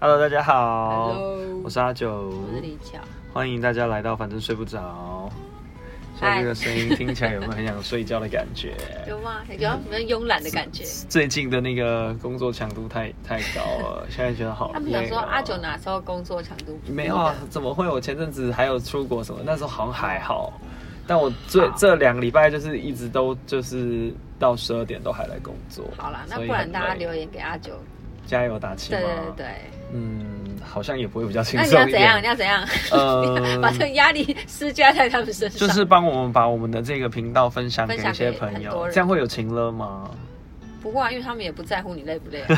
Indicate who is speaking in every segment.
Speaker 1: Hello，大家好
Speaker 2: Hello，
Speaker 1: 我是阿九，
Speaker 2: 我是李巧。
Speaker 1: 欢迎大家来到反正睡不着。所以
Speaker 2: 嗨
Speaker 1: 这个声音听起来有没有很想睡觉的感 觉？
Speaker 2: 有吗？有没有慵懒的感觉？
Speaker 1: 最近的那个工作强度太太高了，现在觉得好累、哦。
Speaker 2: 他们想说阿九？哪时候工作强度不
Speaker 1: 没有啊
Speaker 2: 一样，
Speaker 1: 怎么会？我前阵子还有出国什么，那时候好像还好。但我最这两个礼拜就是一直都就是到十二点都还来工作。
Speaker 2: 好啦，那
Speaker 1: 所以
Speaker 2: 不然
Speaker 1: 很
Speaker 2: 大家
Speaker 1: 累
Speaker 2: 留言给阿九。
Speaker 1: 加油打气
Speaker 2: 对
Speaker 1: 嘛。
Speaker 2: 对对，
Speaker 1: 嗯，好像也不会比较轻
Speaker 2: 那你
Speaker 1: 松
Speaker 2: 要
Speaker 1: 一
Speaker 2: 怎样？你
Speaker 1: 点。
Speaker 2: 要怎样？
Speaker 1: 呃
Speaker 2: 把这个压力施加在他们身上。
Speaker 1: 就是帮我们把我们的这个频道分享给一些朋
Speaker 2: 分享给很多
Speaker 1: 友，
Speaker 2: 人
Speaker 1: 这样会有情乐吗？
Speaker 2: 不过啊，因为他们也不在乎你累不累啊，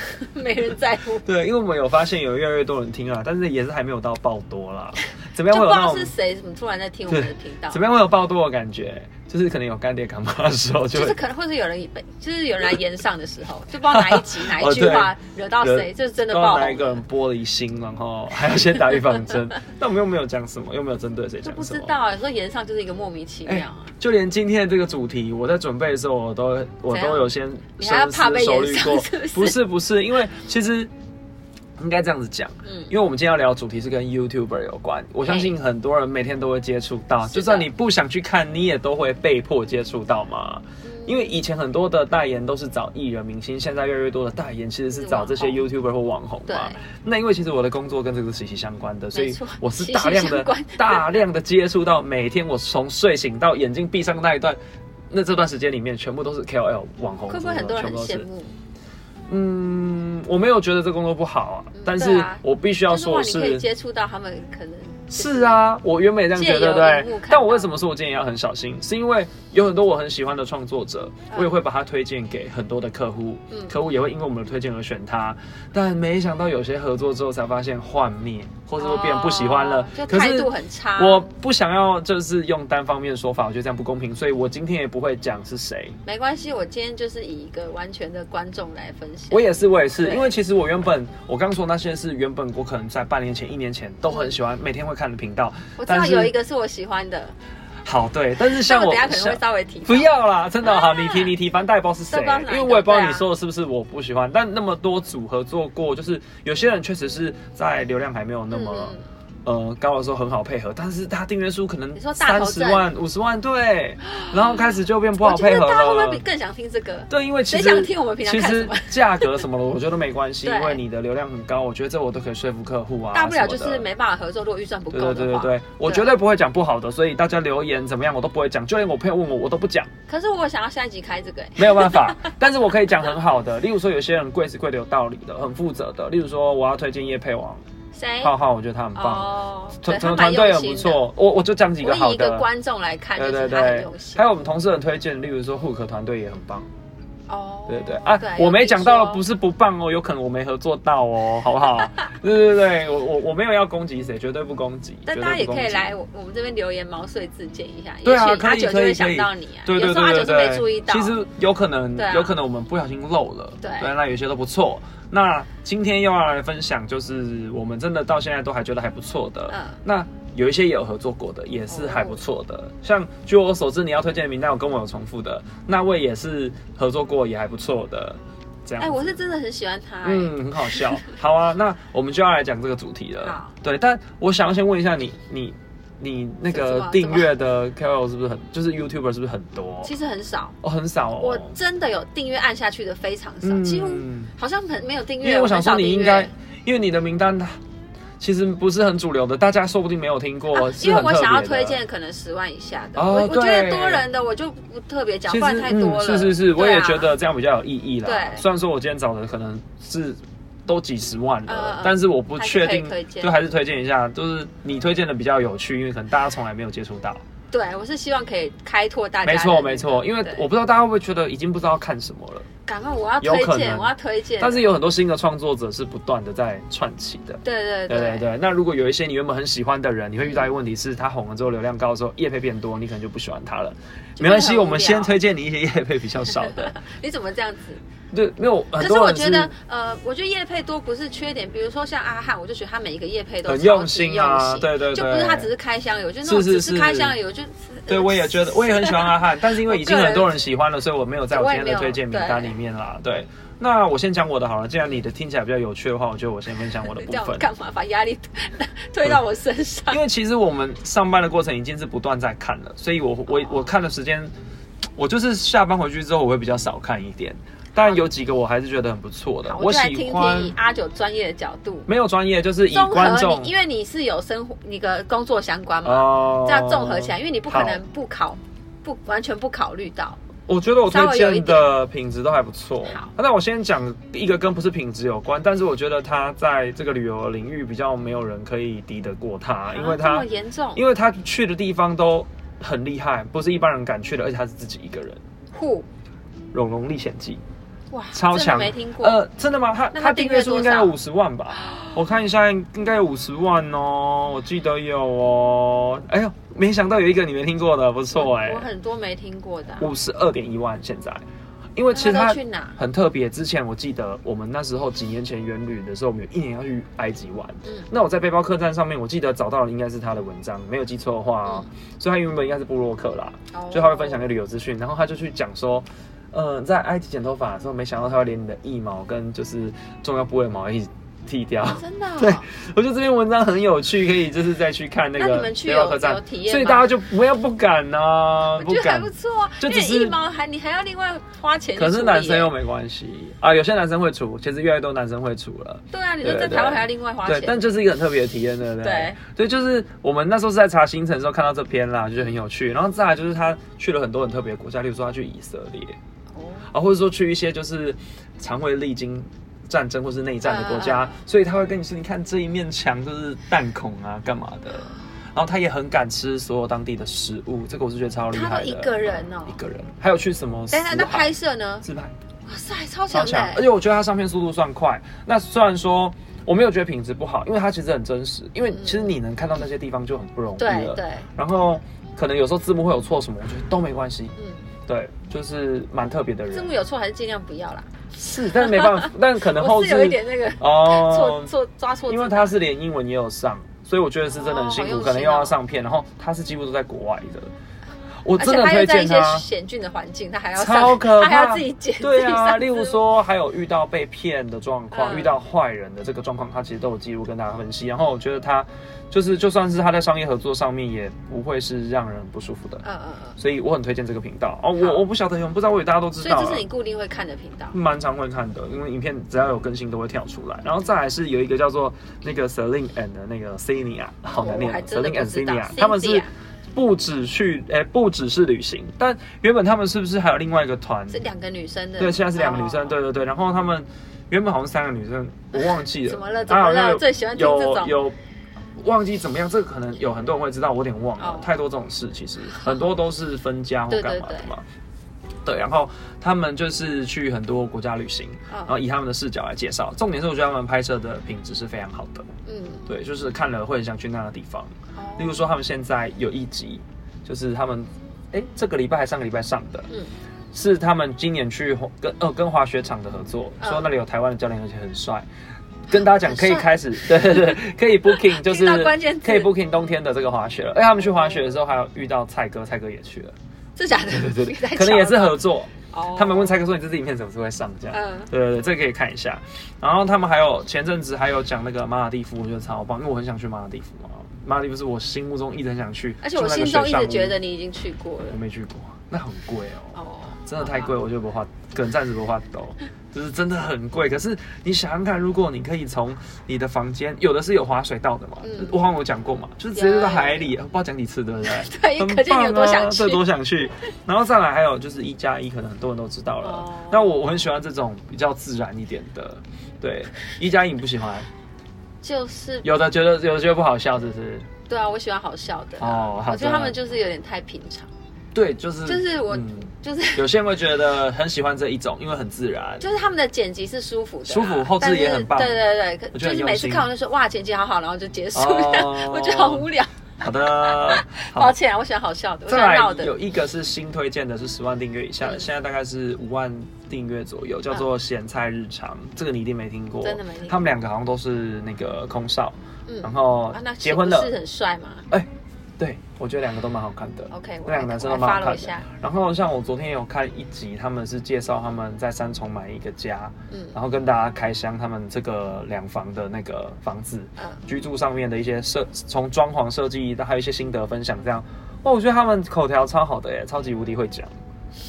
Speaker 2: 没人在乎。
Speaker 1: 对，因为我们有发现有越来越多人听啊，但是也是还没有到爆多 啦。怎么
Speaker 2: 就
Speaker 1: 样
Speaker 2: 不
Speaker 1: 会
Speaker 2: 知
Speaker 1: 有那
Speaker 2: 道
Speaker 1: 种
Speaker 2: 是谁怎么突然在听我们的频道
Speaker 1: 怎，么样会有爆多的感觉？就是可能有干爹干妈的时候就
Speaker 2: 就
Speaker 1: 会
Speaker 2: 是可能会是有人被，就是有人来延上的时候，就不知道哪一集哪一句话惹到谁，
Speaker 1: 哦惹
Speaker 2: 就是真的
Speaker 1: 都要
Speaker 2: 爆
Speaker 1: 拿一
Speaker 2: 红
Speaker 1: 个
Speaker 2: 了
Speaker 1: 人。玻璃心，然后还要先打预防 针。但我们又没有讲什么，又没有针对谁
Speaker 2: 就
Speaker 1: 讲
Speaker 2: 不
Speaker 1: 什么。
Speaker 2: 知道啊，有时候延上就是一个莫名其妙啊。
Speaker 1: 哎就连今天的这个主题，我在准备的时候，我都我
Speaker 2: 怎
Speaker 1: 都
Speaker 2: 样
Speaker 1: 有先
Speaker 2: 你还
Speaker 1: 深
Speaker 2: 要怕
Speaker 1: 思
Speaker 2: 被
Speaker 1: 熟
Speaker 2: 延
Speaker 1: 虑
Speaker 2: 上
Speaker 1: 过
Speaker 2: 是不，是
Speaker 1: 不是不是，因为其实应该这样子讲，
Speaker 2: 嗯
Speaker 1: 因为我们今天要聊的主题是跟 YouTuber 有关，我相信很多人每天都会接触到，
Speaker 2: 是的
Speaker 1: 就算你不想去看，你也都会被迫接触到嘛。哎因为以前很多的代言都是找艺人明星，现在越来越多的代言其实是找这些
Speaker 2: 是网
Speaker 1: YouTuber 或网红
Speaker 2: 对
Speaker 1: 嘛。那因为其实我的工作跟这个是息息相关的，所以
Speaker 2: 错
Speaker 1: 我是
Speaker 2: 息
Speaker 1: 大
Speaker 2: 息
Speaker 1: 量
Speaker 2: 相
Speaker 1: 的
Speaker 2: 关
Speaker 1: 大量的接触到，每天我从睡醒到眼睛闭上那一段，那这段时间里面，全部都是 KOL 网红，
Speaker 2: 会不会很多人很
Speaker 1: 全部
Speaker 2: 羡
Speaker 1: 都是？
Speaker 2: 慕？
Speaker 1: 嗯，我没有觉得这工作不好啊，
Speaker 2: 嗯
Speaker 1: 但
Speaker 2: 对
Speaker 1: 是
Speaker 2: 啊
Speaker 1: 我必须要
Speaker 2: 就是
Speaker 1: 说
Speaker 2: 哇，
Speaker 1: 的
Speaker 2: 你
Speaker 1: 是，
Speaker 2: 可以接触到他们，可能
Speaker 1: 是啊，我原本也这样觉
Speaker 2: 借
Speaker 1: 得，
Speaker 2: 由
Speaker 1: 对不
Speaker 2: 荧幕
Speaker 1: 对
Speaker 2: 看到。
Speaker 1: 但我为什么说我今天也要很小心？是因为有很多我很喜欢的创作者，
Speaker 2: 嗯
Speaker 1: 我也会把他推荐给很多的客户，
Speaker 2: 嗯
Speaker 1: 客户也会因为我们的推荐而选他。但没想到有些合作之后才发现幻灭，或者说变不喜欢了
Speaker 2: 哦。就
Speaker 1: 可
Speaker 2: 态
Speaker 1: 是
Speaker 2: 度很差。
Speaker 1: 我不想要就是用单方面的说法，我觉得这样不公平，所以我今天也不会讲是谁。
Speaker 2: 没关系，我今天就是以一个完全的观众来分享。
Speaker 1: 我也是，我也是，
Speaker 2: 对
Speaker 1: 因为其实我原本我刚说那些是原本我可能在半年前、一年前都很喜欢，每天会看的频道。
Speaker 2: 嗯我知
Speaker 1: 但
Speaker 2: 道
Speaker 1: 是
Speaker 2: 有一个是我喜欢的，
Speaker 1: 好对，但是
Speaker 2: 但
Speaker 1: 像
Speaker 2: 我
Speaker 1: 我
Speaker 2: 等一下可能
Speaker 1: 像
Speaker 2: 会稍微提到。
Speaker 1: 不要
Speaker 2: 啊
Speaker 1: 啦，真的好，你提你提，反正大家也不知道是谁
Speaker 2: 都不知道是，哪
Speaker 1: 因
Speaker 2: 一个
Speaker 1: 为我也不知道
Speaker 2: 对啊
Speaker 1: 你说的是不是我不喜欢。但那么多组合做过，就是有些人确实是在流量还没有那
Speaker 2: 嗯，
Speaker 1: 么
Speaker 2: 嗯
Speaker 1: 呃高的时候很好配合，但是他订阅数可能
Speaker 2: 你说大
Speaker 1: 三
Speaker 2: 头
Speaker 1: 十
Speaker 2: 阵
Speaker 1: 万、五十万，对，然后开始就变不
Speaker 2: 我
Speaker 1: 好
Speaker 2: 觉
Speaker 1: 配
Speaker 2: 得
Speaker 1: 合
Speaker 2: 大家会不
Speaker 1: 了
Speaker 2: 会。更想听这个？
Speaker 1: 对，因为其
Speaker 2: 谁
Speaker 1: 实
Speaker 2: 想听我们平常
Speaker 1: 其
Speaker 2: 看什
Speaker 1: 实
Speaker 2: 么
Speaker 1: 价格什么的，我觉得没关系，
Speaker 2: 对
Speaker 1: 因为你的流量很高，我觉得这我都可以说服客户啊。
Speaker 2: 大不了就
Speaker 1: 什么
Speaker 2: 是
Speaker 1: 的
Speaker 2: 没办法合作，如果预算不
Speaker 1: 对对
Speaker 2: 够的
Speaker 1: 对对
Speaker 2: 话。
Speaker 1: 对，我
Speaker 2: 对啊
Speaker 1: 绝对不会讲不好的，所以大家留言怎么样我都不会讲，就连我朋友问我我都不讲。
Speaker 2: 可是我想要下一集开这个，哎，
Speaker 1: 没有办法，但是我可以讲很好的，例如说有些人贵是贵的有道理的，很负责的。例如说我要推荐叶佩王
Speaker 2: 谁？
Speaker 1: 浩浩，我觉得他很棒，
Speaker 2: 哎哦，对
Speaker 1: 团
Speaker 2: 他
Speaker 1: 团团
Speaker 2: 蛮用
Speaker 1: 队很
Speaker 2: 心
Speaker 1: 不
Speaker 2: 的。
Speaker 1: 错。我我就讲几
Speaker 2: 我
Speaker 1: 个好
Speaker 2: 以一个
Speaker 1: 的，
Speaker 2: 观众来看，就
Speaker 1: 对对
Speaker 2: 是他很
Speaker 1: 对
Speaker 2: 用，心
Speaker 1: 还。有我们同事很推荐，例如说 Hook 团队也很棒，
Speaker 2: 哦，
Speaker 1: 对对对啊
Speaker 2: 对，
Speaker 1: 我没讲到不
Speaker 2: 是
Speaker 1: 是不棒哦，有可能我没合作到哦，好不 好？对对对，我我我没有要攻击谁，绝对不攻击，
Speaker 2: 但
Speaker 1: 绝
Speaker 2: 大家
Speaker 1: 对
Speaker 2: 也
Speaker 1: 不
Speaker 2: 可
Speaker 1: 攻
Speaker 2: 以
Speaker 1: 击。
Speaker 2: 来我我们这边留言毛遂自荐一下，
Speaker 1: 对啊
Speaker 2: 也许
Speaker 1: 可以
Speaker 2: 阿九就
Speaker 1: 可以可以
Speaker 2: 会想到你啊。
Speaker 1: 对对
Speaker 2: 有时候阿
Speaker 1: 对对
Speaker 2: 九是
Speaker 1: 对，
Speaker 2: 没注意到。
Speaker 1: 其实有可能，
Speaker 2: 对啊
Speaker 1: 有可能我们不小心漏了。
Speaker 2: 对
Speaker 1: 那有些都不错。那今天又要来分享，就是我们真的到现在都还觉得还不错的。
Speaker 2: 嗯哦
Speaker 1: 那有一些也有合作过的，也是还不错的。像据我所知，你要推荐的名单有跟我有重复的，那位也是合作过，也还不错的。这样
Speaker 2: 哎，
Speaker 1: 子，
Speaker 2: 我是真的很喜欢他。哎，
Speaker 1: 嗯，很好笑。好啊，那我们就要来讲这个主题了
Speaker 2: 好。
Speaker 1: 对，但我想要先问一下你，你。你那
Speaker 2: 什
Speaker 1: 个
Speaker 2: 么
Speaker 1: 订阅的 KOL 是不是很，就是 YouTuber 是不是很多？
Speaker 2: 其实很少，
Speaker 1: 哦，很少哦。嗯
Speaker 2: 我真的有订阅按下去的非常少，几乎好像很没有订
Speaker 1: 因
Speaker 2: 阅。
Speaker 1: 为我想说
Speaker 2: 很少
Speaker 1: 你
Speaker 2: 订阅啊
Speaker 1: 应该，因为你的名单其实不是很主流的，大家说不定没有听过，
Speaker 2: 啊
Speaker 1: 是
Speaker 2: 因为
Speaker 1: 很
Speaker 2: 我
Speaker 1: 特
Speaker 2: 想要
Speaker 1: 别的
Speaker 2: 推荐可能十万以下的，
Speaker 1: 哦
Speaker 2: 我我觉
Speaker 1: 对
Speaker 2: 得多人的我就不特别讲，
Speaker 1: 其
Speaker 2: 不然
Speaker 1: 实嗯
Speaker 2: 太多了。
Speaker 1: 是是是，我也
Speaker 2: 对啊
Speaker 1: 觉得这样比较有意义啦。
Speaker 2: 对
Speaker 1: 虽然说我今天找的可能是都几十万了，
Speaker 2: 嗯嗯嗯
Speaker 1: 但是我不确定
Speaker 2: 还是可以推，荐
Speaker 1: 就还是推荐一下，就是你推荐的比较有趣，因为可能大家从来没有接触到。
Speaker 2: 对，我是希望可以开拓大
Speaker 1: 没
Speaker 2: 家的那个。
Speaker 1: 错没错，因为
Speaker 2: 对
Speaker 1: 我不知道大家会不会觉得已经不知道看什么了，
Speaker 2: 赶快我要
Speaker 1: 有可能
Speaker 2: 推荐，我要推荐。
Speaker 1: 但是有很多新的创作者是不断的在串起的。
Speaker 2: 对对
Speaker 1: 对对对，那如果有一些你原本很喜欢的人，你会遇到一个问题是，他红了之后流量高的时候，业配变多，你可能就不喜欢他了。
Speaker 2: 就
Speaker 1: 没
Speaker 2: 变得
Speaker 1: 关系，
Speaker 2: 很无
Speaker 1: 我们先
Speaker 2: 聊
Speaker 1: 推荐你一些业配比较少 的。
Speaker 2: 你怎么这样子？
Speaker 1: 对，没有
Speaker 2: 可
Speaker 1: 很
Speaker 2: 是
Speaker 1: 多
Speaker 2: 我
Speaker 1: 人
Speaker 2: 觉得，呃，我觉得叶配多不是缺点，比如说像阿汉，我就觉得他每一个叶配都
Speaker 1: 很
Speaker 2: 超
Speaker 1: 用
Speaker 2: 级
Speaker 1: 心啊
Speaker 2: 用
Speaker 1: 对对对
Speaker 2: 就不是他只是开箱油，就那
Speaker 1: 是
Speaker 2: 种
Speaker 1: 是
Speaker 2: 只
Speaker 1: 是
Speaker 2: 是开箱油，就呃
Speaker 1: 对我也觉得，我也很喜欢阿汉，但是因为已经
Speaker 2: 我个人
Speaker 1: 很多人喜欢了，所以我没有在我
Speaker 2: 我
Speaker 1: 今天
Speaker 2: 也没
Speaker 1: 的
Speaker 2: 有
Speaker 1: 推荐名单里面啦。对，那我先讲我的好了，既然你的听起来比较有趣的话，我觉得我先分享我的部
Speaker 2: 这样我
Speaker 1: 分。
Speaker 2: 干嘛把压力 推到我身上
Speaker 1: 因？为其实我们上班的过程已经是不断在看了，所以我我
Speaker 2: 哦
Speaker 1: 我看的时间，我就是下班回去之后我会比较少看一点，但有几个我还是觉得很不错的
Speaker 2: 好，
Speaker 1: 嗯我
Speaker 2: 就来
Speaker 1: 喜
Speaker 2: 听
Speaker 1: 欢。
Speaker 2: 听阿九专业的角度，
Speaker 1: 没有专业，就是以
Speaker 2: 综
Speaker 1: 观
Speaker 2: 合
Speaker 1: 众
Speaker 2: 你，因为你是有生活、你的工作相关嘛，
Speaker 1: 哦
Speaker 2: 这样综合起来，因为你不可能
Speaker 1: 好
Speaker 2: 不考，不完全不考虑到。
Speaker 1: 我觉得我推
Speaker 2: 稍微有一
Speaker 1: 荐的品质都还不错。
Speaker 2: 好
Speaker 1: 那我先讲一个跟不是品质有关，但是我觉得它在这个旅游领域比较没有人可以敌得过它，因为
Speaker 2: 啊这
Speaker 1: 它
Speaker 2: 么严重，
Speaker 1: 因为它去的地方都很厉害，不是一般人敢去的，而且它是自己一个人。
Speaker 2: 户
Speaker 1: 《龙龙历险记
Speaker 2: 哇，》
Speaker 1: 超
Speaker 2: 真的
Speaker 1: 强，
Speaker 2: 没听过。
Speaker 1: 呃，真的吗？它
Speaker 2: 那它
Speaker 1: 它订阅
Speaker 2: 订
Speaker 1: 数
Speaker 2: 阅
Speaker 1: 应
Speaker 2: 多
Speaker 1: 该
Speaker 2: 少
Speaker 1: 有五十万吧？我看一下，应该有五十万哦，我记得有哦。哎呦，没想到有一个你没听过的，不错哎、
Speaker 2: 我很多没听过的啊。
Speaker 1: 五十二点一万现在，因为其实
Speaker 2: 那他
Speaker 1: 它
Speaker 2: 都去哪？
Speaker 1: 很特别。之前我记得我们那时候几年前远旅的时候，我们有一年要去埃及玩。
Speaker 2: 嗯
Speaker 1: 那我在背包客栈上面，我记得找到的应该是他的文章，没有记错的话哦。所以他原本应该是布洛克啦，
Speaker 2: 嗯哦
Speaker 1: 就他会分享一个旅游资讯，然后他就去讲说。呃，在埃及剪头发的时候，没想到他会连你的腋毛跟就是重要部位的毛一起剃掉。
Speaker 2: 真的哦
Speaker 1: 对我觉得这篇文章很有趣，可以就是再去看那
Speaker 2: 那
Speaker 1: 个
Speaker 2: 你们去
Speaker 1: 背包
Speaker 2: 有
Speaker 1: 客栈
Speaker 2: 有体验，吗
Speaker 1: 所以大家就不要不敢呐、
Speaker 2: 我
Speaker 1: 不
Speaker 2: 觉得还
Speaker 1: 敢
Speaker 2: 不错啊，
Speaker 1: 就
Speaker 2: 因为
Speaker 1: 只是
Speaker 2: 一毛还你还要另外花钱去
Speaker 1: 可
Speaker 2: 处理耶。
Speaker 1: 是男生又没关系啊，有些男生会除，其实越来越多男生会除了。
Speaker 2: 对啊，你说在
Speaker 1: 对对
Speaker 2: 台湾还要另外花
Speaker 1: 对，但
Speaker 2: 钱，
Speaker 1: 就是一个很特别的体验，对不对？
Speaker 2: 对，
Speaker 1: 所以就是我们那时候是在查行程的时候看到这篇啦，就是很有趣。然后再来就是他去了很多很特别的国家，例如说他去以色列
Speaker 2: 哦
Speaker 1: 啊，或者说去一些就是常会历经战争或是内战的国家，
Speaker 2: 嗯嗯
Speaker 1: 所以他会跟你说，你看这一面墙就是弹孔啊，干嘛的。然后他也很敢吃所有当地的食物，这个我是觉得超厉
Speaker 2: 他
Speaker 1: 害
Speaker 2: 都
Speaker 1: 的。
Speaker 2: 一个人哦
Speaker 1: 一。个人，还有去什么死
Speaker 2: 但
Speaker 1: 海？
Speaker 2: 是那拍摄呢？
Speaker 1: 自拍。
Speaker 2: 哇塞，
Speaker 1: 超
Speaker 2: 超强的
Speaker 1: 强，而
Speaker 2: 欸！
Speaker 1: 且我觉得它上片速度算快。那虽然说我没有觉得品质不好，因为它其实很真实，因为其实你能看到那些地方就很不容易
Speaker 2: 嗯对
Speaker 1: 了。
Speaker 2: 对，
Speaker 1: 然后可能有时候字幕会有错什么，我觉得都没关系。
Speaker 2: 嗯，
Speaker 1: 对，就是蛮特别的
Speaker 2: 字
Speaker 1: 人
Speaker 2: 幕。有错还是尽量不要啦。
Speaker 1: 是，但是没 办法，但可能后
Speaker 2: 我是
Speaker 1: 置
Speaker 2: 有一点那个
Speaker 1: 哦
Speaker 2: 错，错抓错字，
Speaker 1: 因为它是连英文也有上，所以我觉得是真的很辛
Speaker 2: 哦好
Speaker 1: 苦，
Speaker 2: 用心哦
Speaker 1: 可能又要上片，然后它是几乎都在国外的。我
Speaker 2: 而
Speaker 1: 真
Speaker 2: 且
Speaker 1: 的
Speaker 2: 他又
Speaker 1: 推
Speaker 2: 在一
Speaker 1: 荐
Speaker 2: 些
Speaker 1: 它。
Speaker 2: 险峻的环境，他还要
Speaker 1: 超
Speaker 2: 上
Speaker 1: 可怕，
Speaker 2: 他还要自己剪，
Speaker 1: 对
Speaker 2: 自己
Speaker 1: 啊，
Speaker 2: 上
Speaker 1: 例如
Speaker 2: 字幕，
Speaker 1: 说还有遇到被骗的状况，
Speaker 2: 嗯
Speaker 1: 遇到坏人的这个状况，他其实都有记录跟大家分析。然后我觉得他就是就算是他在商业合作上面，也不会是让人不舒服的。
Speaker 2: 嗯嗯嗯，
Speaker 1: 所以我很推荐这个频道哦。
Speaker 2: 好
Speaker 1: 我我不晓得有人不知道，我以为大家都知
Speaker 2: 所以
Speaker 1: 道
Speaker 2: 这
Speaker 1: 了
Speaker 2: 是。你固定会看的频道。
Speaker 1: 蛮常会看的，因为影片只要有更新都会跳出来。然后再来是有一个叫做那个 Celine and 那个 Celia，好难念
Speaker 2: 哦我还真的
Speaker 1: Celine
Speaker 2: 不
Speaker 1: and
Speaker 2: 知道
Speaker 1: Celia，他们是
Speaker 2: Cynthia
Speaker 1: 不只去，诶、不只是旅行，但原本他们是不是还有另外一个团？
Speaker 2: 是两个女生的，
Speaker 1: 对，现在是两个女生，
Speaker 2: 哦，
Speaker 1: 对对对。然后他们原本好像三个女生，我忘记 了。
Speaker 2: 怎么了
Speaker 1: 当然
Speaker 2: 怎么了
Speaker 1: 有
Speaker 2: 最喜欢听这种
Speaker 1: 有有忘记怎么样，这个可能有很多人会知道，我有点忘了。
Speaker 2: 哦
Speaker 1: 太多这种事，其实很多都是分家或
Speaker 2: 对
Speaker 1: 干
Speaker 2: 对
Speaker 1: 嘛的嘛。对，然后他们就是去很多国家旅行，然后
Speaker 2: 嗯
Speaker 1: 以他们的视角来介绍。重点是，我觉得他们拍摄的品质是非常好的，
Speaker 2: 嗯，
Speaker 1: 对，就是看了会很想去那个地方。
Speaker 2: 哦
Speaker 1: 例如说，他们现在有一集，就是他们，哎，这个礼拜还上个礼拜上的，
Speaker 2: 嗯
Speaker 1: 是他们今年去滑跟呃跟滑雪场的合作，
Speaker 2: 嗯
Speaker 1: 说那里有台湾的教练，而且很帅。跟大家讲，
Speaker 2: 很
Speaker 1: 可
Speaker 2: 帅
Speaker 1: 以开始，对对对，可以 booking，就是
Speaker 2: 到关键字
Speaker 1: 可以 booking 冬天的这个滑雪了。而且他们去滑雪的时候，还有遇到蔡哥，蔡哥也去了，
Speaker 2: 是假的，
Speaker 1: 对对对
Speaker 2: 你在，
Speaker 1: 可能也是
Speaker 2: 讲
Speaker 1: 合作。
Speaker 2: 哦
Speaker 1: 他们问蔡哥说：“你这支影片什么时候会上？”这样，
Speaker 2: 嗯
Speaker 1: 对对对，这个可以看一下。然后他们还有前阵子还有讲那个马尔蒂夫，我觉得超棒，因为我很想去马尔蒂夫嘛。马尔蒂夫是我心目中一直很想去，
Speaker 2: 而且我
Speaker 1: 住那个
Speaker 2: 心中
Speaker 1: 雪
Speaker 2: 一
Speaker 1: 上
Speaker 2: 直
Speaker 1: 屋
Speaker 2: 觉得你已经去过了
Speaker 1: 我。没去过，那很贵哦。
Speaker 2: 哦，
Speaker 1: 真的太贵，我就不画，可能暂时不画抖，就是真的很贵。可是你想想看，如果你可以从你的房间，有的是有滑水道的嘛，
Speaker 2: 嗯
Speaker 1: 我好像有讲过嘛，就是直接就到海里，不知道讲几次，对不对？
Speaker 2: 对
Speaker 1: 很
Speaker 2: 哎可见你有多
Speaker 1: 棒啊
Speaker 2: 想去
Speaker 1: 对，多想去。然后再来还有就是一加一，可能很多人都知道了。
Speaker 2: 哦
Speaker 1: 那我我很喜欢这种比较自然一点的，对，一加一你不喜欢，
Speaker 2: 就是
Speaker 1: 有的觉得有的觉得不好笑，是不是？
Speaker 2: 对啊，我喜欢好笑的啊。
Speaker 1: 哦好
Speaker 2: 我觉得他
Speaker 1: 的
Speaker 2: 们就是有点太平常，
Speaker 1: 对，就是
Speaker 2: 就是我
Speaker 1: 嗯
Speaker 2: 就是
Speaker 1: 有些人会觉得很喜欢这一种，因为很自然。
Speaker 2: 就是他们的剪辑是舒服的啊，
Speaker 1: 舒服后置
Speaker 2: 但是
Speaker 1: 也很棒
Speaker 2: 对对对，可
Speaker 1: 我觉
Speaker 2: 就
Speaker 1: 得很
Speaker 2: 是
Speaker 1: 用
Speaker 2: 每次
Speaker 1: 心
Speaker 2: 看完就说哇剪辑好好，然后就结束
Speaker 1: 哦
Speaker 2: 了， 我觉得好无聊。
Speaker 1: 好的，好
Speaker 2: 抱歉啊，我喜欢好笑的，我喜
Speaker 1: 再
Speaker 2: 欢
Speaker 1: 来
Speaker 2: 闹的。
Speaker 1: 有一个是新推荐的，是十万订阅以下的，
Speaker 2: 嗯
Speaker 1: 现在大概是五万订阅左右，叫做《咸菜日常》，这个你一定没听过。
Speaker 2: 真的没听过
Speaker 1: 他们两个好像都是那个空少，
Speaker 2: 嗯
Speaker 1: 然后
Speaker 2: 啊，那
Speaker 1: 结婚了
Speaker 2: 岂不。是很帅吗？
Speaker 1: 哎，对，我觉得两个都蛮好看的。
Speaker 2: OK，我
Speaker 1: 那两个
Speaker 2: 来
Speaker 1: 男生
Speaker 2: 我
Speaker 1: 都
Speaker 2: 来
Speaker 1: 蛮好
Speaker 2: follow
Speaker 1: 看
Speaker 2: 一下
Speaker 1: 的。。然后像我昨天有看一集，他们是介绍他们在三重买一个家，
Speaker 2: 嗯
Speaker 1: 然后跟大家开箱他们这个两房的那个房子
Speaker 2: 嗯，
Speaker 1: 居住上面的一些设，从装潢设计到还有一些心得分享这样。哇，我觉得他们口条超好的耶，超级无敌会讲。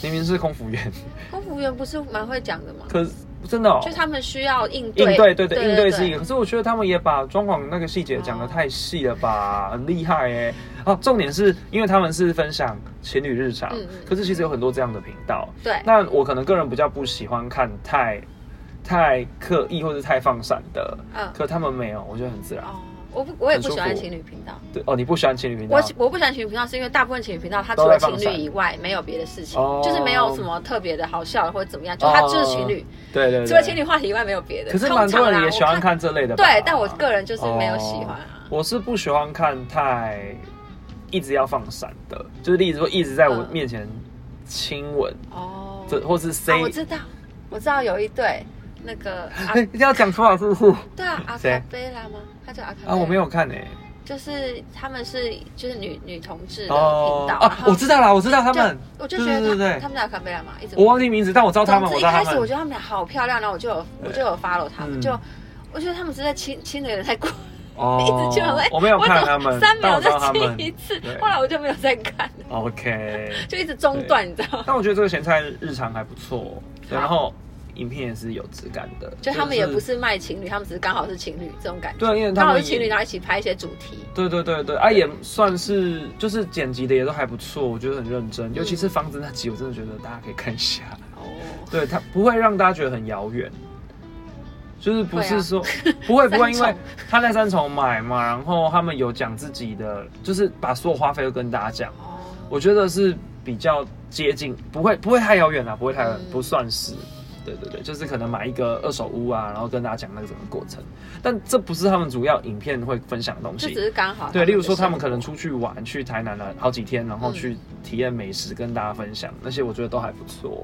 Speaker 1: 明明是空服员，
Speaker 2: 空服员不是蛮会讲的吗？
Speaker 1: 可是真的哦、
Speaker 2: 就他们需要应
Speaker 1: 应
Speaker 2: 对，
Speaker 1: 对对对，应对是一个。可是我觉得他们也把装潢那个细节讲得太细了
Speaker 2: 嗯
Speaker 1: 吧，很厉害哎。哦，重点是因为他们是分享情侣日常
Speaker 2: 嗯嗯，
Speaker 1: 可是其实有很多这样的频道。
Speaker 2: 对，
Speaker 1: 那我可能个人比较不喜欢看太太刻意或是太放闪的，
Speaker 2: 嗯，
Speaker 1: 可他们没有，我觉得很自然。
Speaker 2: 哦，我不，我也不喜欢
Speaker 1: 很舒服
Speaker 2: 情侣频道。
Speaker 1: 对哦，你不喜欢情侣频道
Speaker 2: 我？喜我不喜欢情侣频道，是因为大部分情侣频道它除
Speaker 1: 都在
Speaker 2: 了情
Speaker 1: 放
Speaker 2: 侣
Speaker 1: 闪
Speaker 2: 以外没有别的事情，
Speaker 1: 哦
Speaker 2: 就是没有什么特别的好笑的或者怎么样，就它就是情侣，
Speaker 1: 对哦对
Speaker 2: 除了情
Speaker 1: 对。
Speaker 2: 侣话题以外没有别的。
Speaker 1: 可是
Speaker 2: 通
Speaker 1: 蛮多
Speaker 2: 常啦
Speaker 1: 人也喜欢
Speaker 2: 我
Speaker 1: 看这类的吧。哦
Speaker 2: 对，但我个人就是没有喜欢啊。
Speaker 1: 我是不喜欢看太一直要放闪的，就是例如说一直在我
Speaker 2: 嗯
Speaker 1: 面前亲吻，
Speaker 2: 哦，
Speaker 1: 这、或是 say，、
Speaker 2: 啊，我知道，我知道有一对那 个啊
Speaker 1: 哎，一定要讲出来是不是？
Speaker 2: 对啊，阿卡
Speaker 1: 谁
Speaker 2: 贝拉吗？他叫阿卡贝拉
Speaker 1: 啊，我没，有看诶、
Speaker 2: 就是他们是就是女女同志的频
Speaker 1: 哦
Speaker 2: 道，然
Speaker 1: 啊，
Speaker 2: 后
Speaker 1: 我知道啦，我知道他
Speaker 2: 就
Speaker 1: 们，
Speaker 2: 我就觉得他
Speaker 1: 对对对对
Speaker 2: 他们叫阿卡贝拉嘛，一直
Speaker 1: 我忘记名字，但我知道哦他们，
Speaker 2: 总
Speaker 1: 我知
Speaker 2: 之一
Speaker 1: 道他
Speaker 2: 开始我
Speaker 1: 们。
Speaker 2: 觉得他们俩好漂亮，然后我就有我就有 follow 他们，
Speaker 1: 嗯
Speaker 2: 就我觉得他们实在亲亲的有点太过，
Speaker 1: 哦
Speaker 2: 一直就很
Speaker 1: 我没有
Speaker 2: 我
Speaker 1: 看
Speaker 2: 怎么
Speaker 1: 他们，
Speaker 2: 三
Speaker 1: 但
Speaker 2: 秒
Speaker 1: 我知
Speaker 2: 再
Speaker 1: 道他们
Speaker 2: 亲。一次，
Speaker 1: 对
Speaker 2: 后来我就没有再看，
Speaker 1: OK，
Speaker 2: 就一直中断，你知道吗？
Speaker 1: 但我觉得这个咸菜日常还不错，对
Speaker 2: 好
Speaker 1: 然后影片也是有质感的，
Speaker 2: 就他们也不是卖情侣，他们只是刚好是情侣这种感觉，
Speaker 1: 对，因为
Speaker 2: 刚
Speaker 1: 他
Speaker 2: 好是
Speaker 1: 们
Speaker 2: 情侣，
Speaker 1: 也
Speaker 2: 然后一起拍一些主题。
Speaker 1: 对对对对，啊，也算是就是剪辑的也都还不错，我觉得很认
Speaker 2: 嗯
Speaker 1: 真，尤其是房子那集，我真的觉得大家可以看一下，
Speaker 2: 哦，
Speaker 1: 对，它 不会让大家觉得很遥远，就是不
Speaker 2: 会啊
Speaker 1: 是说、不 会不会，
Speaker 2: 三重
Speaker 1: 因为他在三重买嘛，然后他们有讲自己的，就是把所有花费都跟大家讲，
Speaker 2: 哦，
Speaker 1: 我觉得是比较接近，不会不会太遥远啦，不会太遥远
Speaker 2: 嗯
Speaker 1: 不算是。对对对，就是可能买一个二手屋啊，然后跟大家讲那个整个过程，但这不是他们主要影片会分享的东
Speaker 2: 就
Speaker 1: 西
Speaker 2: 只。是刚好。
Speaker 1: 对，例如说他们可能，出去玩，去台南了好几天，然后
Speaker 2: 嗯
Speaker 1: 去体验美食，跟大家分享，那些我觉得都还不错。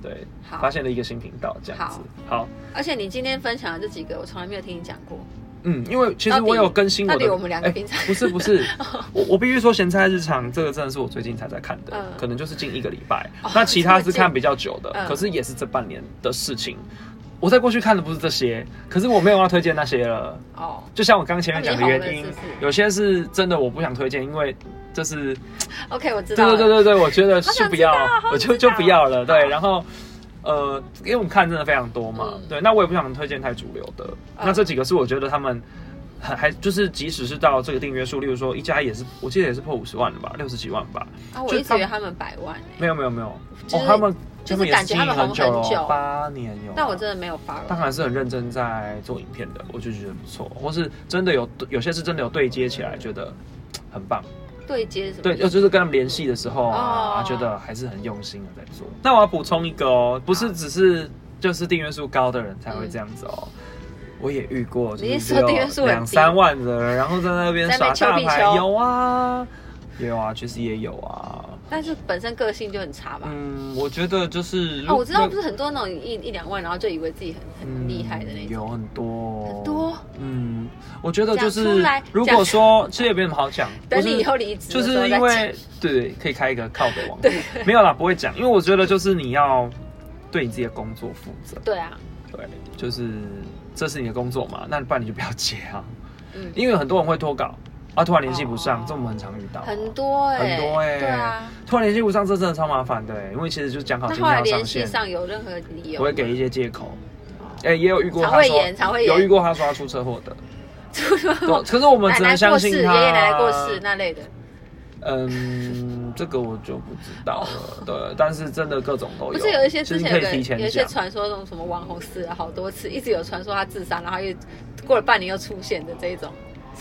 Speaker 1: 对，
Speaker 2: 好
Speaker 1: 发现了一个新频道，这样子。好，
Speaker 2: 而且你今天分享的这几个，我从来没有听你讲过。
Speaker 1: 嗯，因为其
Speaker 2: 到
Speaker 1: 实
Speaker 2: 底
Speaker 1: 我有更新我
Speaker 2: 到底
Speaker 1: 的，
Speaker 2: 我们两个
Speaker 1: 哎
Speaker 2: 平常
Speaker 1: 不是不是， 我我必须说咸菜日常这个真的是我最近才在看的
Speaker 2: 嗯，
Speaker 1: 可能就是近一个礼拜
Speaker 2: 哦。
Speaker 1: 那其他
Speaker 2: 这么
Speaker 1: 是
Speaker 2: 近
Speaker 1: 看比较久的
Speaker 2: 嗯，
Speaker 1: 可是也是这半年的事情。我在过去看的不是这些，可是我没有要推荐那些了。
Speaker 2: 哦，
Speaker 1: 就像我刚前面讲的
Speaker 2: 那
Speaker 1: 原
Speaker 2: 哦你
Speaker 1: 因
Speaker 2: 好了是不是，
Speaker 1: 有些是真的我不想推荐，因为这是
Speaker 2: OK，我知
Speaker 1: 对
Speaker 2: 道
Speaker 1: 对
Speaker 2: 了。
Speaker 1: 对对对，我觉得
Speaker 2: 好
Speaker 1: 是
Speaker 2: 想
Speaker 1: 不
Speaker 2: 知道啊
Speaker 1: 要
Speaker 2: 好想，
Speaker 1: 我就
Speaker 2: 知
Speaker 1: 就
Speaker 2: 道
Speaker 1: 不要了。
Speaker 2: 好
Speaker 1: 对，然后呃，因为我们看真的非常多嘛
Speaker 2: 嗯，
Speaker 1: 对，那我也不想推荐太主流的。那这几个是我觉得他们还还就是，即使是到这个订阅数，例如说一家也是，我记得也是破五十万了吧，六十几万吧。
Speaker 2: 啊，我
Speaker 1: 就
Speaker 2: 一直
Speaker 1: 他
Speaker 2: 以为他们百万欸呢，
Speaker 1: 没有没有没有，
Speaker 2: 就
Speaker 1: 哦
Speaker 2: 是，
Speaker 1: 他们他
Speaker 2: 就是
Speaker 1: 们也
Speaker 2: 感觉
Speaker 1: 经
Speaker 2: 他
Speaker 1: 营
Speaker 2: 们红
Speaker 1: 很久
Speaker 2: 很久
Speaker 1: 了，八年有。
Speaker 2: 但我真的没有 follow。
Speaker 1: 当然是很认真在做影片的，我就觉得不错，或是真的有有些是真的有对接起来，觉得很棒。
Speaker 2: 对接什么？
Speaker 1: 对，呃就是跟他们联系的时候啊，
Speaker 2: 哦
Speaker 1: 觉得还是很用心的在做。那我要补充一个哦，不是只是就是订阅数高的人才会这样子哦。我也遇过，就
Speaker 2: 嗯你
Speaker 1: 是
Speaker 2: 是
Speaker 1: 只
Speaker 2: 说
Speaker 1: 有
Speaker 2: 订阅数很低
Speaker 1: 两三万的人，然后在那边
Speaker 2: 在那
Speaker 1: 耍
Speaker 2: 边
Speaker 1: 大
Speaker 2: 丘比
Speaker 1: 牌，
Speaker 2: 丘
Speaker 1: 有啊，有啊，确实也有啊。
Speaker 2: 但是本身个性就很差吧。哦
Speaker 1: 嗯，我觉得就是如
Speaker 2: 哦，我知道，
Speaker 1: 那
Speaker 2: 不是很多那种一一两万，然后就以为自己很很
Speaker 1: 嗯
Speaker 2: 厉害的那种，
Speaker 1: 有很多哦
Speaker 2: 很多。
Speaker 1: 嗯，我觉得就
Speaker 2: 讲出
Speaker 1: 是
Speaker 2: 来
Speaker 1: 如
Speaker 2: 讲
Speaker 1: 果说这也没什么好讲，
Speaker 2: 等
Speaker 1: 不是
Speaker 2: 你以后离职
Speaker 1: 就
Speaker 2: 的时
Speaker 1: 是
Speaker 2: 候再
Speaker 1: 因
Speaker 2: 讲，
Speaker 1: 为对对，可以开一个靠北网络，没有啦，不会讲，因为我觉得就是你要对你自己的工作负责，
Speaker 2: 对啊，
Speaker 1: 对，就是这是你的工作嘛，那不然你就不要接啊，
Speaker 2: 嗯，
Speaker 1: 因为很多人会脱稿啊，突然联系不上，
Speaker 2: 哦
Speaker 1: 这我们很常遇到啊、
Speaker 2: 很多哎、
Speaker 1: 很多欸
Speaker 2: 对啊。
Speaker 1: 突然联系不上，这真的超麻烦的欸、因为其实就是讲好
Speaker 2: 那
Speaker 1: 今
Speaker 2: 后
Speaker 1: 天
Speaker 2: 来
Speaker 1: 要
Speaker 2: 联
Speaker 1: 上
Speaker 2: 系
Speaker 1: 线，
Speaker 2: 上有任何理由
Speaker 1: 我
Speaker 2: 吗？
Speaker 1: 会给一些借口，哎、也有遇过
Speaker 2: 肠
Speaker 1: 他
Speaker 2: 胃
Speaker 1: 说
Speaker 2: 炎，肠胃
Speaker 1: 有遇
Speaker 2: 炎，
Speaker 1: 过他说他出车祸的。 对可是我们
Speaker 2: 奶
Speaker 1: 只能
Speaker 2: 奶
Speaker 1: 相
Speaker 2: 过世，
Speaker 1: 信
Speaker 2: 爷
Speaker 1: 他。哦
Speaker 2: 爷奶奶过世那类的。
Speaker 1: 嗯，这个我就不知道了。对，但是真的各种都有。
Speaker 2: 哦不是有一些之
Speaker 1: 其实
Speaker 2: 前有
Speaker 1: 你可以提
Speaker 2: 个有一
Speaker 1: 前
Speaker 2: 些
Speaker 1: 讲。
Speaker 2: 传说，那种什么网红死了好多次，一直有传说他自杀，然后又过了半年又出现的这一种，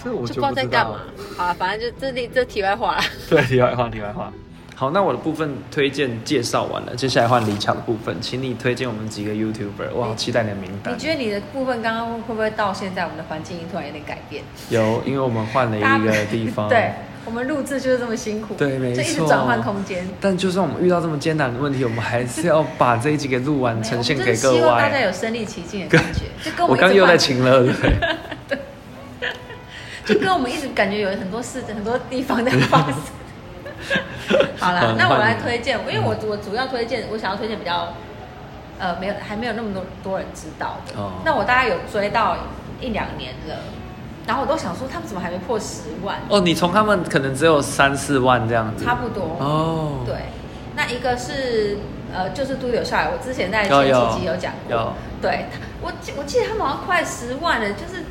Speaker 1: 这我
Speaker 2: 就
Speaker 1: 就
Speaker 2: 知道
Speaker 1: 不
Speaker 2: 在
Speaker 1: 知
Speaker 2: 干
Speaker 1: 道
Speaker 2: 嘛
Speaker 1: 了。。
Speaker 2: 好了，啊反正就这里这题外话啦。
Speaker 1: 对，题外话，题外话。好，那我的部分推荐介绍完了，接下来换李巧的部分，请你推荐我们几个 YouTuber，我好期待你的名单
Speaker 2: 你。觉得你的部分刚刚会不会到现在我们的环境音突然有点改变？
Speaker 1: 有，因为我们换了
Speaker 2: 大家
Speaker 1: 一个地方。
Speaker 2: 对，我们录制就是这么辛苦，
Speaker 1: 对没
Speaker 2: 就一直
Speaker 1: 错
Speaker 2: 转换空间。
Speaker 1: 但就算我们遇到这么艰难的问题，我们还是要把这一集给录完，呈现给各
Speaker 2: 哎没有我们就是希望大家
Speaker 1: 位。
Speaker 2: 有身临其境的感觉，就跟我
Speaker 1: 我
Speaker 2: 们一
Speaker 1: 刚
Speaker 2: 直
Speaker 1: 又在
Speaker 2: 换
Speaker 1: 请了，对不对？
Speaker 2: 就跟我们一直感觉有很多事、很多地方在 放肆。好啦，那我来推荐，因为我
Speaker 1: 嗯
Speaker 2: 我主要推荐，我想要推荐比较，呃，没有还没有那么多多人知道的。
Speaker 1: 哦
Speaker 2: 那我大概有追到一两年了，然后我都想说他们怎么还没破十万，
Speaker 1: 哦，你从他们可能只有三四万这样子，
Speaker 2: 差不多。
Speaker 1: 哦，
Speaker 2: 对，那一个是呃，就是都留下来，我之前在
Speaker 1: 有
Speaker 2: 前
Speaker 1: 有
Speaker 2: 几集有讲过。
Speaker 1: 有
Speaker 2: 对，他我记我记得他们好像快十万了，就是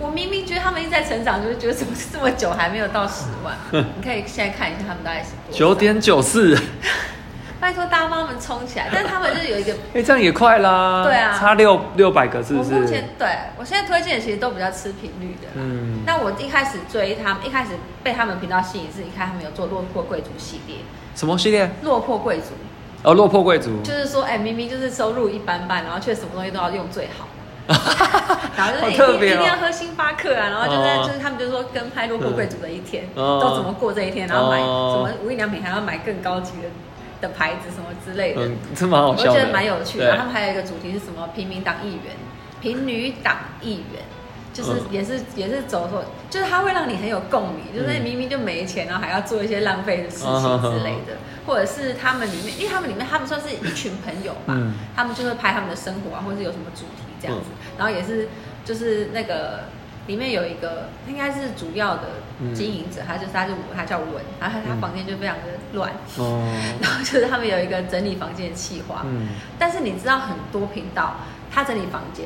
Speaker 2: 我明明觉得他们一直在成长，就是觉得怎么这么久还没有到十万？ 你可以现在看一下他们大概是多少
Speaker 1: 九，点九四，
Speaker 2: 拜托大妈们冲起来！但是他们就是有一个，
Speaker 1: 哎，这样也快啦，
Speaker 2: 对啊
Speaker 1: 差六六百个是
Speaker 2: 我
Speaker 1: 不
Speaker 2: 目前
Speaker 1: 是？
Speaker 2: 对我现在推荐的其实都比较吃频率的。
Speaker 1: 嗯，
Speaker 2: 那我一开始追他们，一开始被他们频道吸引是，一开始他们有做落魄贵族系列，
Speaker 1: 什么系列？
Speaker 2: 落魄贵族
Speaker 1: 哦，落魄贵族，
Speaker 2: 就是说，哎、明明就是收入一般般，然后却什么东西都要用最 好，然后就是
Speaker 1: 好
Speaker 2: 一定、
Speaker 1: 特
Speaker 2: 一
Speaker 1: 别哦
Speaker 2: 定要喝星巴克啊，然后就在、
Speaker 1: 哦
Speaker 2: 就是他们就说跟拍落魄贵族的一天，
Speaker 1: 嗯
Speaker 2: 都怎么过这一天，然后买、
Speaker 1: 哦
Speaker 2: 什么无印良品还要买更高级的的牌子什么之类的，
Speaker 1: 嗯，这蛮好
Speaker 2: 我
Speaker 1: 笑
Speaker 2: 觉
Speaker 1: 的，
Speaker 2: 得蛮有趣的。
Speaker 1: 对
Speaker 2: 然后他们还有一个主题是什么？平民党议员、平女党议员，就是
Speaker 1: 嗯
Speaker 2: 也是、也是走说，就是它会让你很有共鸣，就是
Speaker 1: 嗯
Speaker 2: 明明就没钱，然后还要做一些浪费的事情之类的，或者是他们里面，因为他们里面他们算是一群朋友吧，
Speaker 1: 嗯
Speaker 2: 他们就会拍他们的生活啊，或者是有什么主题这样子，然后也是就是那个。里面有一个应该是主要的
Speaker 1: 嗯
Speaker 2: 经营者，他就是他就他叫文，然后他他
Speaker 1: 嗯
Speaker 2: 房间就非常的乱，
Speaker 1: 哦，
Speaker 2: 然后就是他们有一个整理房间的计划，
Speaker 1: 嗯，
Speaker 2: 但是你知道很多频道，他整理房间，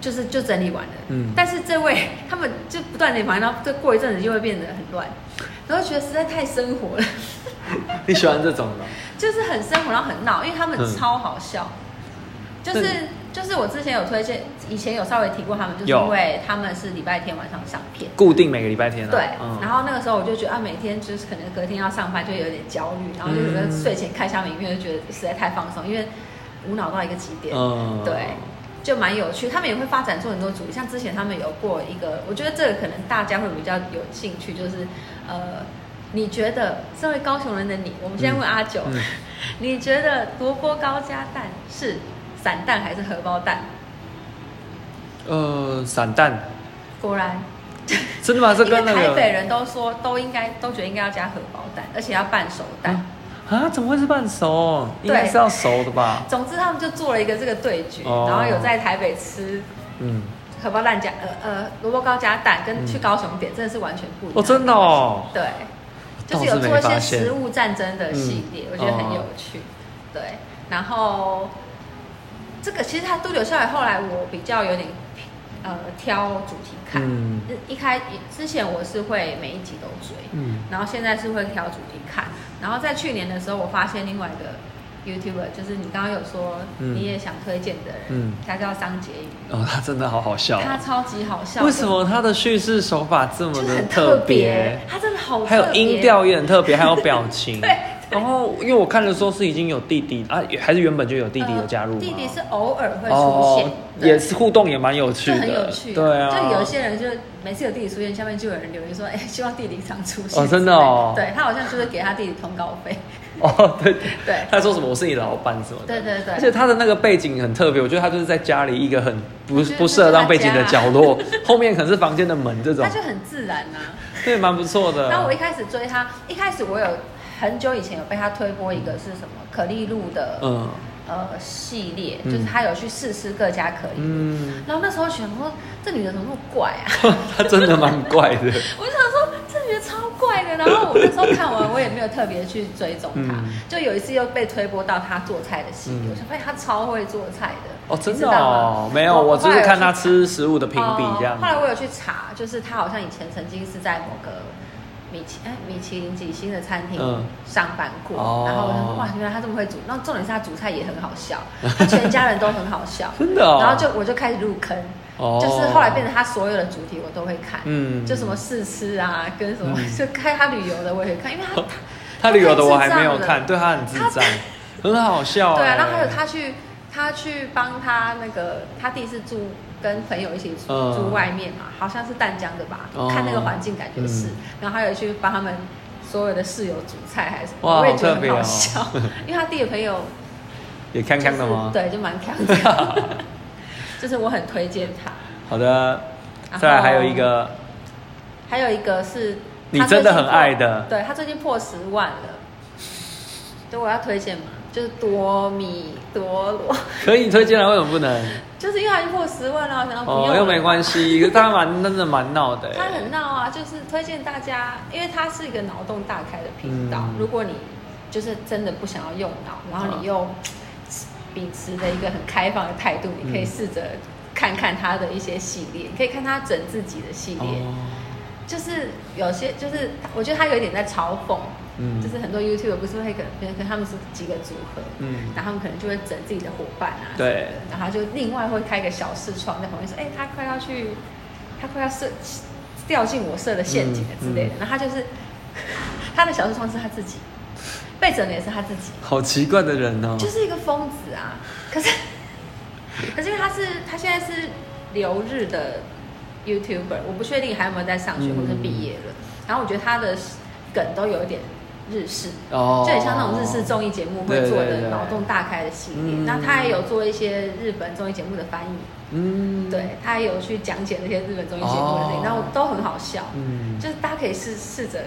Speaker 2: 就是就整理完了，
Speaker 1: 嗯
Speaker 2: 但是这位他们就不断整理房间，然后这过一阵子就会变得很乱，然后觉得实在太生活了，
Speaker 1: 你喜欢这种的？
Speaker 2: 就是很生活，然后很闹，因为他们
Speaker 1: 嗯
Speaker 2: 超好笑，就是
Speaker 1: 嗯
Speaker 2: 就是我之前有推荐，以前有稍微提过他们，就是
Speaker 1: 有
Speaker 2: 因为他们是礼拜天晚上上片。
Speaker 1: 固定每个礼拜天啊，
Speaker 2: 对，
Speaker 1: 嗯
Speaker 2: 然后那个时候我就觉得啊，每天就是可能隔天要上班，就有点焦虑，然后就觉得
Speaker 1: 嗯
Speaker 2: 睡前看一下影片，就觉得实在太放松，因为无脑到一个极点。
Speaker 1: 嗯
Speaker 2: 对，就蛮有趣。他们也会发展出很多主题，像之前他们有过一个，我觉得这个可能大家会比较有兴趣，就是呃，你觉得身为高雄人的你，我们现在问阿九，
Speaker 1: 嗯嗯
Speaker 2: 你觉得萝卜糕加蛋是散蛋还是荷包蛋？
Speaker 1: 呃，散蛋，
Speaker 2: 果然，
Speaker 1: 真的吗？啊这
Speaker 2: 因为
Speaker 1: 跟那
Speaker 2: 台
Speaker 1: 个
Speaker 2: 北人都说都应该都觉得应该要加荷包蛋，而且要半熟蛋。
Speaker 1: 啊啊，怎么会是半熟？应该是要熟的吧？
Speaker 2: 总之，他们就做了一个这个对决，
Speaker 1: 哦
Speaker 2: 然后有在台北吃
Speaker 1: 嗯，
Speaker 2: 荷包蛋加呃呃萝卜糕加蛋，跟去
Speaker 1: 嗯
Speaker 2: 高雄点真的是完全不一样。
Speaker 1: 哦，真的哦，
Speaker 2: 对，就
Speaker 1: 倒
Speaker 2: 是
Speaker 1: 是
Speaker 2: 有
Speaker 1: 没
Speaker 2: 做一
Speaker 1: 发
Speaker 2: 些
Speaker 1: 现
Speaker 2: 食物战争的系列，
Speaker 1: 嗯
Speaker 2: 我觉得很有趣。对，然后这个其实它都留下来，后来我比较有点呃挑主题看。
Speaker 1: 嗯
Speaker 2: 一开之前我是会每一集都追，
Speaker 1: 嗯
Speaker 2: 然后现在是会挑主题看。然后在去年的时候，我发现另外一个 YouTuber，就是你刚刚有说
Speaker 1: 嗯
Speaker 2: 你也想推荐的人，
Speaker 1: 嗯
Speaker 2: 他叫桑杰宇，
Speaker 1: 哦，他真的好好笑哦、
Speaker 2: 他超级好笑的，
Speaker 1: 为什么他的叙事手法这么
Speaker 2: 就是
Speaker 1: 的
Speaker 2: 很特别哦
Speaker 1: 别？？
Speaker 2: 他真的好，
Speaker 1: 还有音调。也很特别，还有表情。
Speaker 2: 对
Speaker 1: 然后，因为我看的时候是已经有弟弟啊，还是原本就有弟弟有加入吗？
Speaker 2: 呃
Speaker 1: 哦
Speaker 2: 弟弟是偶尔会出现，对
Speaker 1: 也是互动也蛮有趣
Speaker 2: 就
Speaker 1: 的，
Speaker 2: 很有趣、
Speaker 1: 对啊，
Speaker 2: 就有一些人就每次有弟弟出现，下面就有人留言说：“哎、希望弟弟常出现。”
Speaker 1: 哦真的哦
Speaker 2: 对他好像就是给他弟弟通告 费，
Speaker 1: 哦，对
Speaker 2: 对
Speaker 1: 他说什么我是你老板什么的，
Speaker 2: 对对对
Speaker 1: 而且他的那个背景很特别，我觉得他就是在家里一个很不
Speaker 2: 就是
Speaker 1: 不适合当背景的
Speaker 2: 就是他家
Speaker 1: 角落，后面可能是房间的门这种
Speaker 2: 他，就很自然呐、啊。
Speaker 1: 对，蛮不错的。
Speaker 2: 然后我一开始追他，一开始我有很久以前有被他推播一个是什么可丽露的、
Speaker 1: 嗯
Speaker 2: 呃系列，
Speaker 1: 嗯
Speaker 2: 就是他有去试吃各家可丽露。
Speaker 1: 嗯，
Speaker 2: 然后那时候想说，这女的怎么那么怪啊？
Speaker 1: 他真的蛮怪 的，
Speaker 2: 我就想说这女的超怪的，然后我那时候看完，我也没有特别去追踪她。
Speaker 1: 嗯
Speaker 2: 就有一次又被推播到她做菜的系列，
Speaker 1: 嗯
Speaker 2: 我就发现她超会做菜的。
Speaker 1: 哦，真
Speaker 2: 你
Speaker 1: 的
Speaker 2: 知道啊
Speaker 1: 哦
Speaker 2: 吗，
Speaker 1: 没有，我只
Speaker 2: 后来
Speaker 1: 是
Speaker 2: 有
Speaker 1: 看他
Speaker 2: 去
Speaker 1: 吃食物的评比这样
Speaker 2: 哦。后来我有去查，就是她好像以前曾经是在某个米其哎米其林几星的餐厅
Speaker 1: 嗯
Speaker 2: 上班过，
Speaker 1: 哦。
Speaker 2: 然后我就说哇，原来她这么会煮。然后重点是她煮菜也很好笑，她全家人都很好笑
Speaker 1: 真的哦，
Speaker 2: 然后就我就开始入坑，
Speaker 1: 哦
Speaker 2: 就是后来变成她所有的主题我都会看。
Speaker 1: 嗯
Speaker 2: 就什么试吃啊，跟什么、
Speaker 1: 嗯哦
Speaker 2: 就开他旅游的我也看，因为他
Speaker 1: 他旅游的我还没有
Speaker 2: 太智障
Speaker 1: 看，
Speaker 2: 了
Speaker 1: 对他很智障，很好笑。
Speaker 2: 他对啊，然后
Speaker 1: 哎
Speaker 2: 还有他去他去帮他那个他第一次住跟朋友一起住、
Speaker 1: 嗯
Speaker 2: 住外面嘛，好像是淡江的吧，
Speaker 1: 哦
Speaker 2: 看那个环境感觉是，
Speaker 1: 嗯
Speaker 2: 然后还有去帮他们所有的室友煮菜还是什么，
Speaker 1: 哇
Speaker 2: 我也觉得
Speaker 1: 好特
Speaker 2: 很
Speaker 1: 别哦
Speaker 2: 好笑，因为他弟的朋友
Speaker 1: 也康康的吗？
Speaker 2: 就是对，就蛮强 的，就是我很推荐他。
Speaker 1: 好的
Speaker 2: 然后，
Speaker 1: 再来还有一个
Speaker 2: 还有一个是
Speaker 1: 你真的很爱的
Speaker 2: 他最近破对他最近破十万了，对，我要推荐嘛，就是多米多罗，
Speaker 1: 可以推荐啊了，为什么不能？
Speaker 2: 就是因为他已经破十万了，我想到不
Speaker 1: 哦
Speaker 2: 用，
Speaker 1: 又没
Speaker 2: 系。
Speaker 1: 关系，可是他蛮真的蛮闹的欸，
Speaker 2: 他很闹啊，就是推荐大家，因为它是一个脑洞大开的频道。
Speaker 1: 嗯
Speaker 2: 如果你就是真的不想要用脑，然后你又秉持着一个很开放的态度，你可以
Speaker 1: 嗯
Speaker 2: 试着看看他的一些系列，你可以看他整自己的系列，
Speaker 1: 哦，
Speaker 2: 就是有些就是我觉得他有一点在嘲讽，
Speaker 1: 嗯
Speaker 2: 就是很多 YouTube 不是会可能跟他们是几个组合，
Speaker 1: 嗯，
Speaker 2: 然后他们可能就会整自己的伙伴啊，
Speaker 1: 对
Speaker 2: 然后他就另外会开个小视窗在旁边说，哎、他快要去，他快要设掉进我设的陷阱了之类的，
Speaker 1: 嗯
Speaker 2: 然后他就是 他的小视窗是他自己，被整的也是他自己，
Speaker 1: 好奇怪的人哦，
Speaker 2: 就是一个疯子啊。可是 可是因为他是他现在是留日的 YouTuber，我不确定还有没有在上学
Speaker 1: 嗯
Speaker 2: 或者毕业了，然后我觉得他的梗都有一点日式。
Speaker 1: 哦，
Speaker 2: 就很像那种日式综艺节目会做
Speaker 1: 对对
Speaker 2: 的
Speaker 1: 对
Speaker 2: 脑洞大开的系列
Speaker 1: 嗯。
Speaker 2: 那他也有做一些日本综艺节目的翻译，
Speaker 1: 嗯，
Speaker 2: 对，他也有去讲解那些日本综艺节目的内
Speaker 1: 哦
Speaker 2: 容，然后都很好笑。
Speaker 1: 嗯，
Speaker 2: 就是大家可以试试着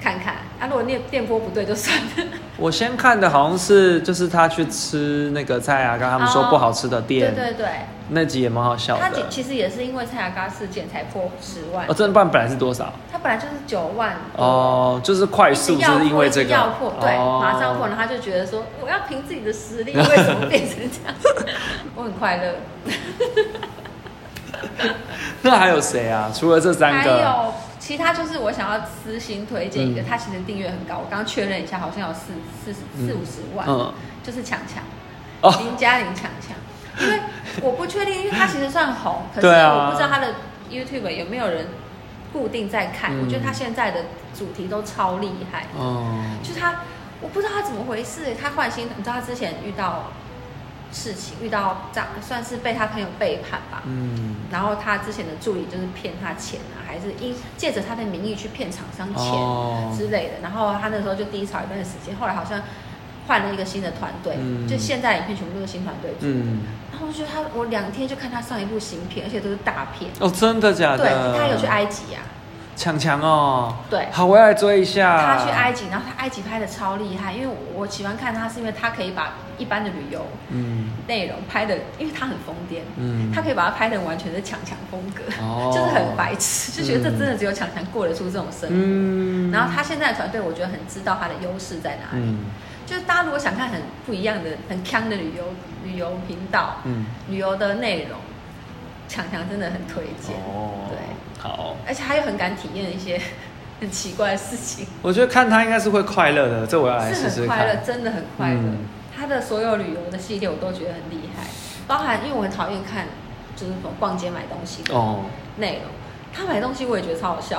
Speaker 2: 看看，啊，如果念电波不对就算了。
Speaker 1: 我先看的好像是就是他去吃那个蔡雅刚他们说
Speaker 2: 哦
Speaker 1: 不好吃的
Speaker 2: 对
Speaker 1: 店，
Speaker 2: 对对，
Speaker 1: 那集也蛮好笑
Speaker 2: 他
Speaker 1: 的。
Speaker 2: 其实也是因为蔡雅嘎事件才破十万
Speaker 1: 哦，，真的半本来是多少？
Speaker 2: 他本来就是九万多。
Speaker 1: 哦，就是快
Speaker 2: 一
Speaker 1: 速，
Speaker 2: 直
Speaker 1: 就
Speaker 2: 要
Speaker 1: 是因
Speaker 2: 破，
Speaker 1: 为
Speaker 2: 一直
Speaker 1: 这个，
Speaker 2: 要破，对，
Speaker 1: 哦
Speaker 2: 马上破，然后他就觉得说，我要凭自己的实力，为什么变成这 样？我很快乐。
Speaker 1: 那还有谁啊？除了这三
Speaker 2: 还
Speaker 1: 个，
Speaker 2: 有其他就是我想要私心推荐一个，
Speaker 1: 嗯
Speaker 2: 他其实订阅很高，我刚刚确认一下，好像有四四十
Speaker 1: 嗯
Speaker 2: 四五十万，
Speaker 1: 嗯
Speaker 2: 就是强强，
Speaker 1: 哦
Speaker 2: 林嘉玲强强，因为我不确定，因为他其实算红，可是
Speaker 1: 对啊
Speaker 2: 我不知道他的 YouTube 有没有人固定在看，
Speaker 1: 嗯
Speaker 2: 我觉得他现在的主题都超厉害，
Speaker 1: 哦，
Speaker 2: 就是他，我不知道他怎么回事，他换新，你知道他之前遇到事情，遇到这样算是被他朋友背叛吧，
Speaker 1: 嗯，
Speaker 2: 然后他之前的助理就是骗他钱啊，还是因借着他的名义去骗厂商钱
Speaker 1: 哦，
Speaker 2: 之类的。然后他那时候就低潮一段时间，后来好像换了一个新的团队，
Speaker 1: 嗯
Speaker 2: 就现在影片全部都是新团队做。
Speaker 1: 嗯，
Speaker 2: 然后我就觉得他，我两天就看他上一部新片，而且都是大片。
Speaker 1: 哦，真的假的？
Speaker 2: 对，他有去埃及啊，
Speaker 1: 强强哦，
Speaker 2: 对
Speaker 1: 好，我要来追一下。
Speaker 2: 他去埃及，然后他埃及拍的超厉害，因为我喜欢看他是因为他可以把一般的旅游
Speaker 1: 嗯
Speaker 2: 内容拍的，因为他很疯癫，
Speaker 1: 嗯，
Speaker 2: 他可以把它拍成完全是强强风格，
Speaker 1: 哦
Speaker 2: 就是很白痴，就觉得这真的只有强强过得出这种生活。
Speaker 1: 嗯，
Speaker 2: 然后他现在的团队，我觉得很知道他的优势在哪里。
Speaker 1: 嗯
Speaker 2: 就是大家如果想看很不一样的、很强的旅游旅游频道、
Speaker 1: 嗯，
Speaker 2: 旅游的内容，强强真的很推荐。
Speaker 1: 哦，
Speaker 2: 对，，
Speaker 1: 好，
Speaker 2: 而且他又很敢体验一些 很奇怪的事情，
Speaker 1: 我觉得看他应该是会快乐的，这我要来
Speaker 2: 是
Speaker 1: 试试
Speaker 2: 很快乐，
Speaker 1: 看。
Speaker 2: 真的很快乐。
Speaker 1: 嗯
Speaker 2: 他的所有旅游的系列我都觉得很厉害，包含因为我很讨厌看就是什么逛街买东西的
Speaker 1: 哦，
Speaker 2: 内容。他买东西我也觉得超 好笑，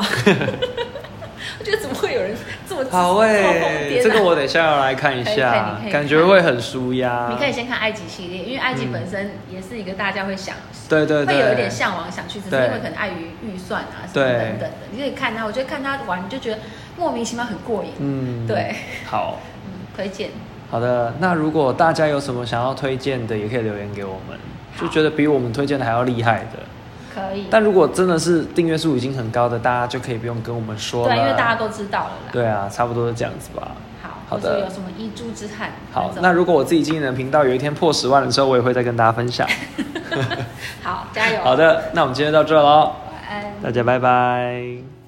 Speaker 2: 我觉得怎么会有人这么
Speaker 1: 好
Speaker 2: 哎、
Speaker 1: 诶，这个我等一下要来看一
Speaker 2: 可以可以
Speaker 1: 下
Speaker 2: 你可，以
Speaker 1: 感觉会很舒压。
Speaker 2: 你可以先看埃及系列，因为埃及本身也是一个大家会想，
Speaker 1: 对对对，
Speaker 2: 会有一点向往想去，只是
Speaker 1: 对
Speaker 2: 因为可能碍于预算啊什么
Speaker 1: 对
Speaker 2: 等等的，你可以看他，我觉得看他玩你就觉得莫名其妙很过瘾，
Speaker 1: 嗯，
Speaker 2: 对，
Speaker 1: 好，
Speaker 2: 嗯，推荐。
Speaker 1: 好的，那如果大家有什么想要推荐的，也可以留言给我们，
Speaker 2: 好
Speaker 1: 就觉得比我们推荐的还要厉害的。
Speaker 2: 可以，
Speaker 1: 但如果真的是订阅数已经很高的，大家就可以不用跟我们说了。
Speaker 2: 对，因为大家都知道了啦。
Speaker 1: 对啊，差不多是这样子吧。
Speaker 2: 好，
Speaker 1: 好
Speaker 2: 或
Speaker 1: 的
Speaker 2: 者有什么遗珠之憾？
Speaker 1: 好，
Speaker 2: 种
Speaker 1: 那如果我自己经营的频道有一天破十万的时候，我也会再跟大家分 享。
Speaker 2: 好，加油。
Speaker 1: 好，的，那我们今天就到这喽，
Speaker 2: 晚安。
Speaker 1: 大家拜拜。